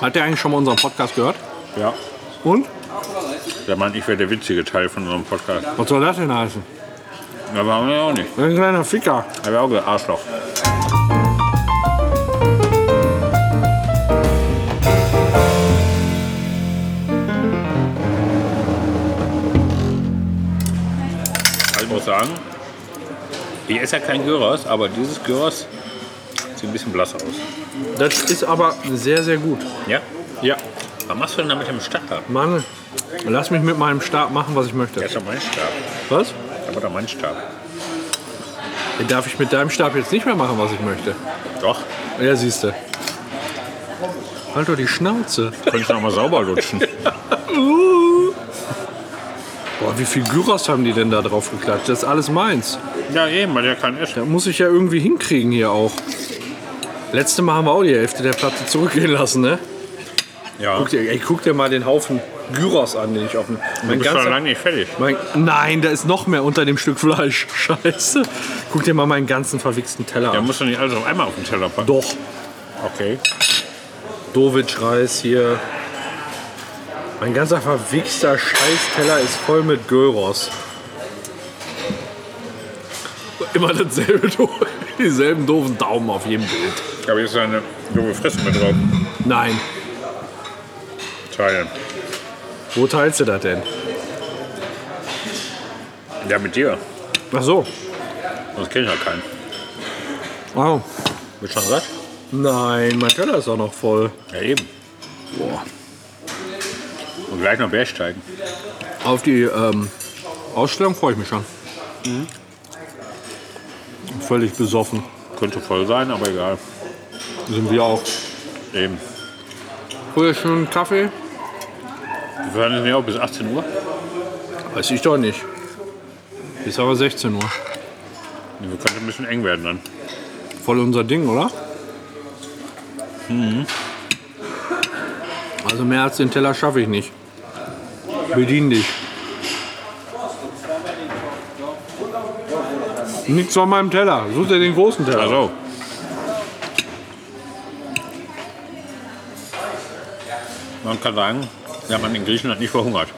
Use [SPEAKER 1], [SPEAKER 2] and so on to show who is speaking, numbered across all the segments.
[SPEAKER 1] Hat der eigentlich schon mal unseren Podcast gehört?
[SPEAKER 2] Ja.
[SPEAKER 1] Und?
[SPEAKER 2] Der meint, ich wäre der witzige Teil von unserem Podcast.
[SPEAKER 1] Was soll das denn heißen?
[SPEAKER 2] Aber haben wir auch nicht.
[SPEAKER 1] Ein kleiner Ficker.
[SPEAKER 2] Aber auch ein Arschloch. Also ich muss sagen, ich esse ja kein Gyros, aber dieses Gyros sieht ein bisschen blass aus.
[SPEAKER 1] Das ist aber sehr, sehr gut.
[SPEAKER 2] Ja?
[SPEAKER 1] Ja.
[SPEAKER 2] Was machst du denn da mit dem Stab?
[SPEAKER 1] Mann, lass mich mit meinem Stab machen, was ich möchte.
[SPEAKER 2] Der ist doch mein Stab.
[SPEAKER 1] Was?
[SPEAKER 2] Da war doch mein Stab.
[SPEAKER 1] Darf ich mit deinem Stab jetzt nicht mehr machen, was ich möchte?
[SPEAKER 2] Doch,
[SPEAKER 1] Ja, siehst du. Halt doch die Schnauze.
[SPEAKER 2] könntest du noch mal sauber lutschen.
[SPEAKER 1] Boah, wie viel Gyros haben die denn da drauf geklatscht? Das ist alles meins.
[SPEAKER 2] ja, eben, weil der kann essen.
[SPEAKER 1] Da muss ich ja irgendwie hinkriegen hier auch. Letzte Mal haben wir auch die Hälfte der Platte zurückgehen lassen, ne?
[SPEAKER 2] Ja.
[SPEAKER 1] Guck dir, ey, guck dir mal den Haufen Gyros an, den ich auf dem...
[SPEAKER 2] Du
[SPEAKER 1] Mein
[SPEAKER 2] bist doch
[SPEAKER 1] ganzer,
[SPEAKER 2] lange nicht fertig.
[SPEAKER 1] mein, nein, da ist noch mehr unter dem Stück Fleisch. Scheiße. Guck dir mal meinen ganzen verwichsten Teller
[SPEAKER 2] Da
[SPEAKER 1] an.
[SPEAKER 2] musst du nicht alles auf einmal auf den Teller packen.
[SPEAKER 1] Doch,
[SPEAKER 2] Okay.
[SPEAKER 1] Dovitsch-Reis hier. Mein ganzer verwichster Scheißteller ist voll mit Gyros. Immer dasselbe, Do- dieselben doofen Daumen auf jedem Bild.
[SPEAKER 2] Aber hier ist eine doofe Fresse mit drauf.
[SPEAKER 1] Nein,
[SPEAKER 2] Teilen.
[SPEAKER 1] wo teilst du das denn?
[SPEAKER 2] Ja, mit dir.
[SPEAKER 1] Ach so.
[SPEAKER 2] Sonst kenne ich ja keinen.
[SPEAKER 1] Wow.
[SPEAKER 2] Bist du schon satt?
[SPEAKER 1] Nein, mein Teller ist auch noch voll.
[SPEAKER 2] Ja, eben.
[SPEAKER 1] Boah.
[SPEAKER 2] Und gleich noch Bergsteigen.
[SPEAKER 1] Auf die ähm, Ausstellung freue ich mich schon. Mhm. Völlig besoffen
[SPEAKER 2] Könnte voll sein, aber egal.
[SPEAKER 1] sind wir auch.
[SPEAKER 2] Eben.
[SPEAKER 1] Früher schon einen Kaffee?
[SPEAKER 2] Wir fahren jetzt nicht auch bis 18 Uhr.
[SPEAKER 1] Weiß ich doch nicht. Ist aber 16 Uhr.
[SPEAKER 2] Wir könnten ein bisschen eng werden dann.
[SPEAKER 1] Voll unser Ding, oder? Mhm. Also mehr als den Teller schaffe ich nicht. Bedien dich. Nichts von meinem Teller. Such dir den großen Teller.
[SPEAKER 2] Also, man kann sagen, ja, man in Griechenland nicht verhungert.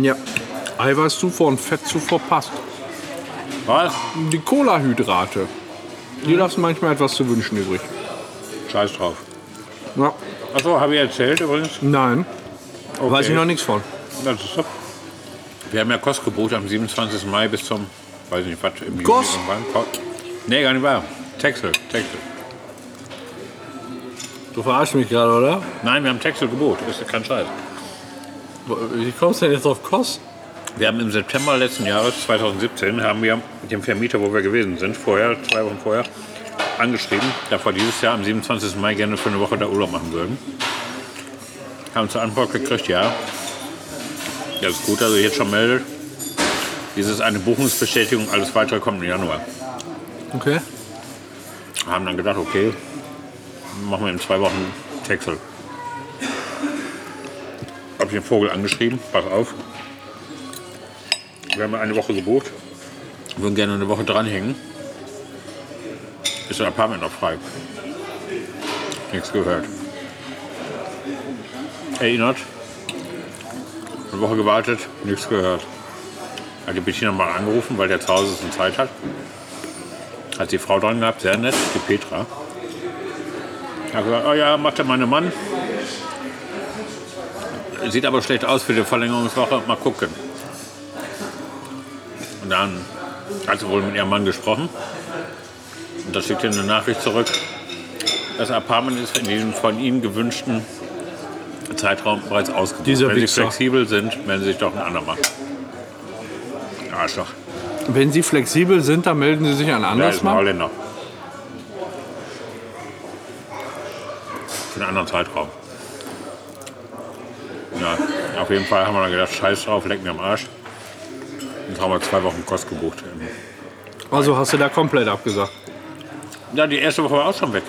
[SPEAKER 1] Ja. Eiweißzufuhr und Fettzufuhr passt.
[SPEAKER 2] Was?
[SPEAKER 1] Um Die Cola-Hydrate. Die lassen manchmal etwas zu wünschen übrig.
[SPEAKER 2] Scheiß drauf.
[SPEAKER 1] Ja.
[SPEAKER 2] Achso, habe ich erzählt übrigens.
[SPEAKER 1] Nein.
[SPEAKER 2] Okay.
[SPEAKER 1] Weiß ich noch nichts von.
[SPEAKER 2] Das ist top. Wir haben ja Kostgebot am 27. Mai bis zum, weiß nicht was, im Juni
[SPEAKER 1] Kost?
[SPEAKER 2] irgendwann. Kost? Nee, gar nicht wahr. Texel, Texel.
[SPEAKER 1] Du verarschst mich gerade, oder?
[SPEAKER 2] Nein, wir haben Texelgebot, ist kein Scheiß.
[SPEAKER 1] Wie kommst du denn jetzt auf Kost?
[SPEAKER 2] Wir haben im September letzten Jahres, 2017, haben wir dem Vermieter, wo wir gewesen sind, vorher, zwei Wochen vorher, angeschrieben, dass wir dieses Jahr am 27. Mai gerne für eine Woche da Urlaub machen würden. Haben zur Antwort gekriegt, ja. Das ist gut, dass ihr jetzt schon meldet. Dies ist eine Buchungsbestätigung, alles weitere kommt im Januar.
[SPEAKER 1] Okay.
[SPEAKER 2] Haben dann gedacht, okay, machen wir in zwei Wochen Texel. Hab den Vogel angeschrieben, pass auf. Wir haben eine Woche gebucht, würden gerne eine Woche dranhängen. Ist das Apartment noch frei? Nichts gehört. Erinnert. Eine Woche gewartet, nichts gehört. Hat die Bettina mal angerufen, weil der zu Hause ist und Zeit hat hat die Frau dran gehabt, sehr nett, die Petra. Hat gesagt, oh ja, macht ja meinen Mann. Sieht aber schlecht aus für die Verlängerungswoche, mal gucken. Und dann hat sie wohl mit ihrem Mann gesprochen. Und da schickt ihr eine Nachricht zurück. Das Apartment ist in diesem von Ihnen gewünschten Zeitraum bereits ausgebucht.
[SPEAKER 1] Dieser
[SPEAKER 2] Wenn Sie
[SPEAKER 1] Wichser.
[SPEAKER 2] flexibel sind, melden Sie sich doch einen anderen Mann. Arschloch.
[SPEAKER 1] Wenn Sie flexibel sind, dann melden Sie sich an
[SPEAKER 2] Ja, ist ein
[SPEAKER 1] andersmal.
[SPEAKER 2] Holländer. Für einen anderen Zeitraum. Ja, auf jeden Fall haben wir dann gedacht, scheiß drauf, leck mir am Arsch. Jetzt haben wir zwei Wochen Kost gebucht.
[SPEAKER 1] Also hast du da komplett abgesagt.
[SPEAKER 2] Ja, die erste Woche war auch schon weg.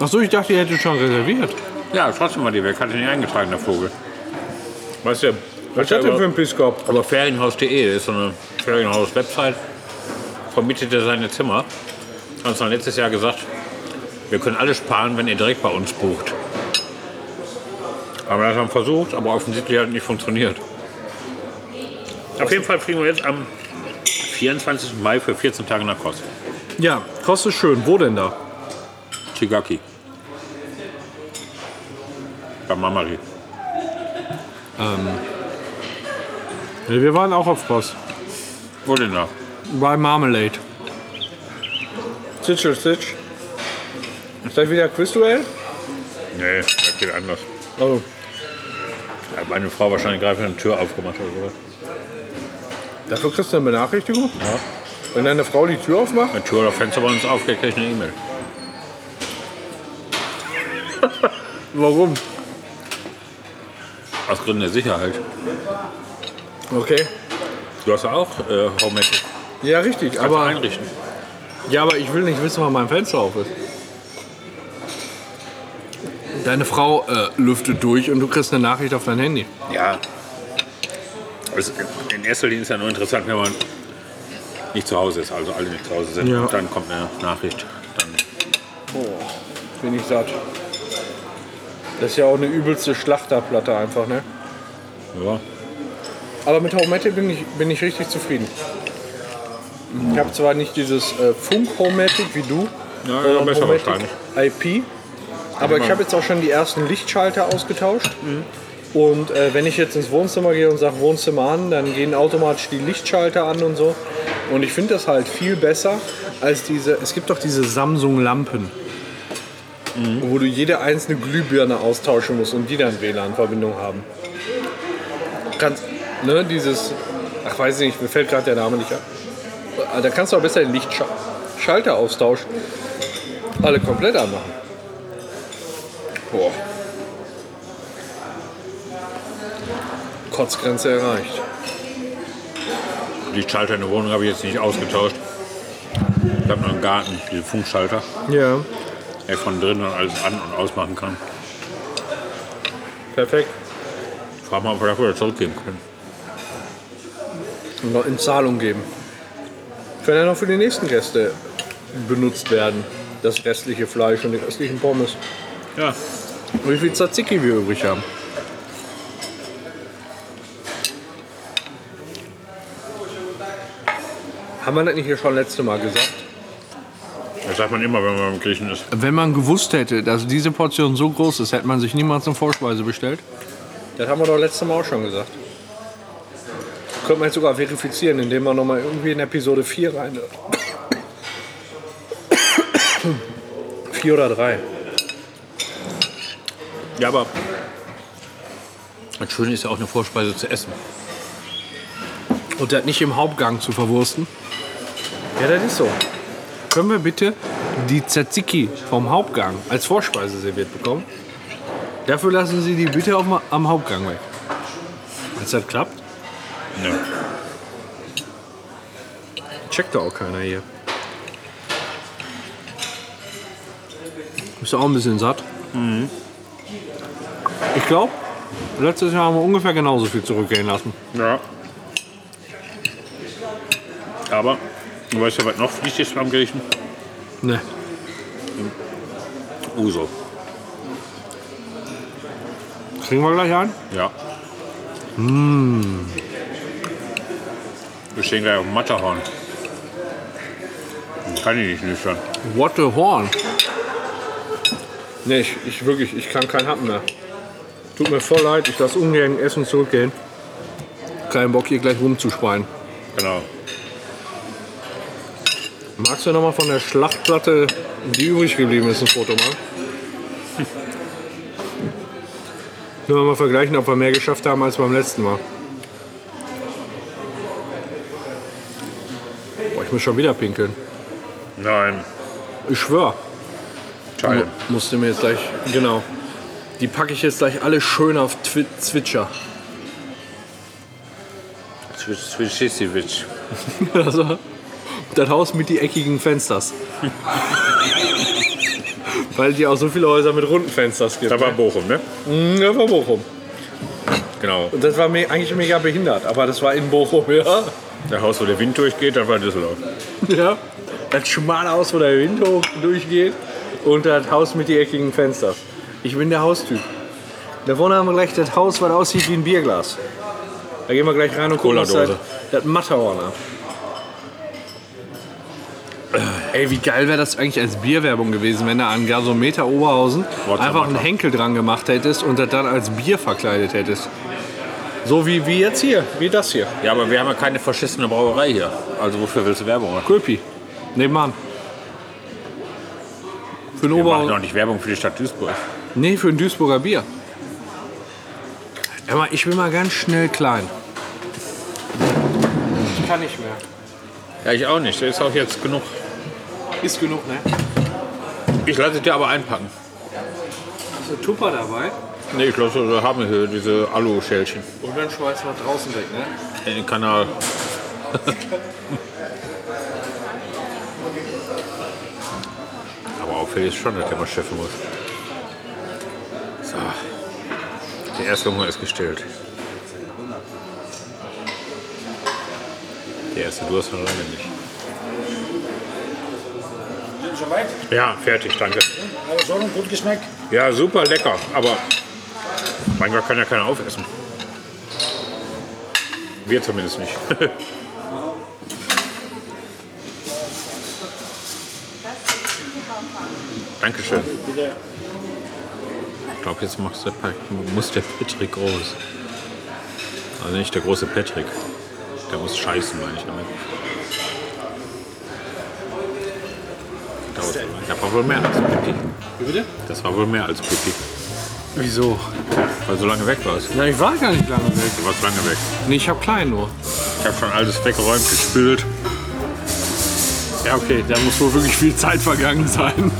[SPEAKER 1] Achso, ich dachte, ihr hättet schon reserviert.
[SPEAKER 2] Ja, trotzdem war die weg, hatte nicht eingetragen, der Vogel. Weißt du, was
[SPEAKER 1] ein Pisskopf?
[SPEAKER 2] Aber Ferienhaus.de ist so eine Ferienhaus-Website. Vermietet er seine Zimmer. Hat uns dann letztes Jahr gesagt, wir können alles sparen, wenn ihr direkt bei uns bucht. Haben wir das dann versucht, aber offensichtlich hat es nicht funktioniert. Auf jeden Fall fliegen wir jetzt am 24. Mai für 14 Tage nach Kos.
[SPEAKER 1] Ja, kostet schön. Wo denn da?
[SPEAKER 2] Chigaki. Bei Mamari.
[SPEAKER 1] Ja, Wir waren auch auf Kos.
[SPEAKER 2] Wo denn da?
[SPEAKER 1] Bei Marmalade. Stitch, Stitch. Ist das wieder Quizduell?
[SPEAKER 2] Nee, das geht anders.
[SPEAKER 1] Oh.
[SPEAKER 2] Da hat meine Frau wahrscheinlich gerade eine Tür aufgemacht oder so.
[SPEAKER 1] Dafür kriegst du eine Benachrichtigung? Ja. Wenn deine Frau die Tür aufmacht?
[SPEAKER 2] Eine Tür oder Fenster bei uns aufgeht, krieg ich eine E-Mail.
[SPEAKER 1] Warum?
[SPEAKER 2] Aus Gründen der Sicherheit.
[SPEAKER 1] Okay.
[SPEAKER 2] Du hast ja auch äh, Homemaker.
[SPEAKER 1] Ja, richtig.
[SPEAKER 2] Kannst du
[SPEAKER 1] Aber,
[SPEAKER 2] einrichten.
[SPEAKER 1] ja, aber ich will nicht wissen, wann mein Fenster auf ist. Deine Frau äh, lüftet durch und du kriegst eine Nachricht auf dein Handy.
[SPEAKER 2] Ja. Es- Also, in erster Linie ist ja nur interessant, wenn man nicht zu Hause ist, also alle nicht zu Hause sind.
[SPEAKER 1] Ja.
[SPEAKER 2] Und dann kommt eine Nachricht. Dann
[SPEAKER 1] Bin ich satt. Das ist ja auch eine übelste Schlachterplatte einfach, ne?
[SPEAKER 2] Ja.
[SPEAKER 1] Aber mit Homemade bin ich, bin ich richtig zufrieden. Ich habe zwar nicht dieses äh, Funk-Homematic wie du,
[SPEAKER 2] Ja,
[SPEAKER 1] sondern
[SPEAKER 2] ja, besser
[SPEAKER 1] Homematic
[SPEAKER 2] wahrscheinlich.
[SPEAKER 1] IP, aber ich habe jetzt auch schon die ersten Lichtschalter ausgetauscht. Und äh, wenn ich jetzt ins Wohnzimmer gehe und sage Wohnzimmer an, dann gehen automatisch die Lichtschalter an und so. Und ich finde das halt viel besser als diese. Es gibt doch diese Samsung-Lampen, wo du jede einzelne Glühbirne austauschen musst und die dann WLAN-Verbindung haben kannst, ne, dieses, ach weiß ich nicht, mir fällt gerade der Name nicht an. Da kannst du auch besser den Lichtschalter austauschen. Alle komplett anmachen. Boah. Kotzgrenze erreicht.
[SPEAKER 2] Die Schalter in der Wohnung habe ich jetzt nicht ausgetauscht. Ich habe noch einen Garten, diese Funkschalter,
[SPEAKER 1] Ja,
[SPEAKER 2] der ich von drinnen alles an- und ausmachen kann.
[SPEAKER 1] perfekt.
[SPEAKER 2] Frag mal, ob wir dafür zurückgeben können.
[SPEAKER 1] Und noch in Zahlung geben. Können ja noch für die nächsten Gäste benutzt werden. Das restliche Fleisch und die restlichen Pommes.
[SPEAKER 2] Ja,
[SPEAKER 1] Und wie viel Tzatziki wir übrig haben. Haben wir das nicht hier schon letzte Mal gesagt?
[SPEAKER 2] das sagt man immer, wenn man im Griechen ist.
[SPEAKER 1] Wenn man gewusst hätte, dass diese Portion so groß ist, hätte man sich niemals eine Vorspeise bestellt. Das haben wir doch letztes Mal auch schon gesagt. Könnte man jetzt sogar verifizieren, indem man nochmal irgendwie in Episode 4 rein. 4 oder 3.
[SPEAKER 2] Ja, aber das Schöne ist ja auch eine Vorspeise zu essen.
[SPEAKER 1] Und das nicht im Hauptgang zu verwursten? Ja, das ist so. Können wir bitte die Tzatziki vom Hauptgang als Vorspeise serviert bekommen? Dafür lassen Sie die bitte auch mal am Hauptgang weg. Als das klappt,
[SPEAKER 2] Ja.
[SPEAKER 1] checkt da auch keiner hier. Bist du auch ein bisschen satt?
[SPEAKER 2] Mhm.
[SPEAKER 1] Ich glaube, letztes Jahr haben wir ungefähr genauso viel zurückgehen lassen.
[SPEAKER 2] ja. Aber, du weißt ja, was noch wichtig ist beim Griechen?
[SPEAKER 1] Ne.
[SPEAKER 2] Uso.
[SPEAKER 1] Kriegen wir gleich ein?
[SPEAKER 2] Ja. Mmm. Wir stehen gleich auf dem Matterhorn. Den Kann ich nicht nüchtern.
[SPEAKER 1] What the Horn? Nee, ich, ich wirklich, ich kann keinen Happen mehr. Tut mir voll leid, ich lasse ungern Essen zurückgehen. Kein Bock hier gleich rumzuspeien.
[SPEAKER 2] Genau.
[SPEAKER 1] Magst du nochmal von der Schlachtplatte, die übrig geblieben ist, ein Foto machen? Hm. Nur mal vergleichen, ob wir mehr geschafft haben als beim letzten Mal. Boah, ich muss schon wieder pinkeln.
[SPEAKER 2] Nein.
[SPEAKER 1] Ich schwör.
[SPEAKER 2] Teil.
[SPEAKER 1] Musste mir jetzt gleich, genau. Die packe ich jetzt gleich alle schön auf Twi Twitcher.
[SPEAKER 2] Switchisiewicz.
[SPEAKER 1] Also, das Haus mit die eckigen Fensters. Weil die auch so viele Häuser mit runden Fensters gibt.
[SPEAKER 2] Da war Bochum, ne?
[SPEAKER 1] Mhm, das war Bochum.
[SPEAKER 2] Genau.
[SPEAKER 1] Und das war me eigentlich mega behindert, aber das war in Bochum, ja.
[SPEAKER 2] Das Haus, wo der Wind durchgeht, das war Düsseldorf.
[SPEAKER 1] ja. Das schmale Haus, wo der Wind hoch durchgeht und das Haus mit die eckigen Fensters. Ich bin der Haustyp. Da vorne haben wir gleich das Haus, was aussieht wie ein Bierglas. Da gehen wir gleich rein und gucken uns das,
[SPEAKER 2] Cola-Dose.
[SPEAKER 1] das Matterhorn ab. Ey, wie geil wäre das eigentlich als Bierwerbung gewesen, wenn da an Gasometer Oberhausen
[SPEAKER 2] What's
[SPEAKER 1] einfach einen
[SPEAKER 2] Matter?
[SPEAKER 1] Henkel dran gemacht hättest und das dann als Bier verkleidet hättest. So wie, wie jetzt hier, wie das hier.
[SPEAKER 2] Ja, aber wir haben ja keine verschissene Brauerei hier. Also wofür willst du Werbung machen?
[SPEAKER 1] Köpi, nebenan. Für ein
[SPEAKER 2] Wir machen
[SPEAKER 1] Oberhausen.
[SPEAKER 2] doch nicht Werbung für die Stadt Duisburg.
[SPEAKER 1] Nee, für ein Duisburger Bier. Hör mal, ich bin mal ganz schnell klein. Ich kann nicht mehr.
[SPEAKER 2] Ja, ich auch nicht. Das ist auch jetzt genug.
[SPEAKER 1] Ist genug, ne?
[SPEAKER 2] Ich lasse es dir aber einpacken.
[SPEAKER 1] Ist ein Tupper dabei
[SPEAKER 2] Nee, ich lasse wir haben hier diese Alu-Schälchen.
[SPEAKER 1] und dann schmeißen wir draußen weg, ne?
[SPEAKER 2] In den Kanal. aber auffällig ist schon, dass der mal schiffen muss. So. Der erste Hunger ist gestillt. Der erste Durst noch lange nicht.
[SPEAKER 3] Sind schon weit?
[SPEAKER 2] Ja, fertig, danke.
[SPEAKER 3] Aber schon gut geschmeckt.
[SPEAKER 2] Ja, super lecker, aber mein Gott, kann ja keiner aufessen. Wir zumindest nicht. Dankeschön. Ich glaube, jetzt macht's der Pa- muss der Patrick groß. Also nicht der große Patrick. Der muss scheißen, meine ich damit. Das dauert wohl- Das war wohl mehr als Pipi.
[SPEAKER 1] Wie bitte?
[SPEAKER 2] Das war wohl mehr als Pipi.
[SPEAKER 1] Wieso?
[SPEAKER 2] Weil du so lange weg warst.
[SPEAKER 1] Na, ich war gar nicht lange weg.
[SPEAKER 2] Du warst lange weg.
[SPEAKER 1] Nee, ich hab klein nur.
[SPEAKER 2] Ich habe schon alles weggeräumt, gespült. Ja, okay, da muss wohl wirklich viel Zeit vergangen sein.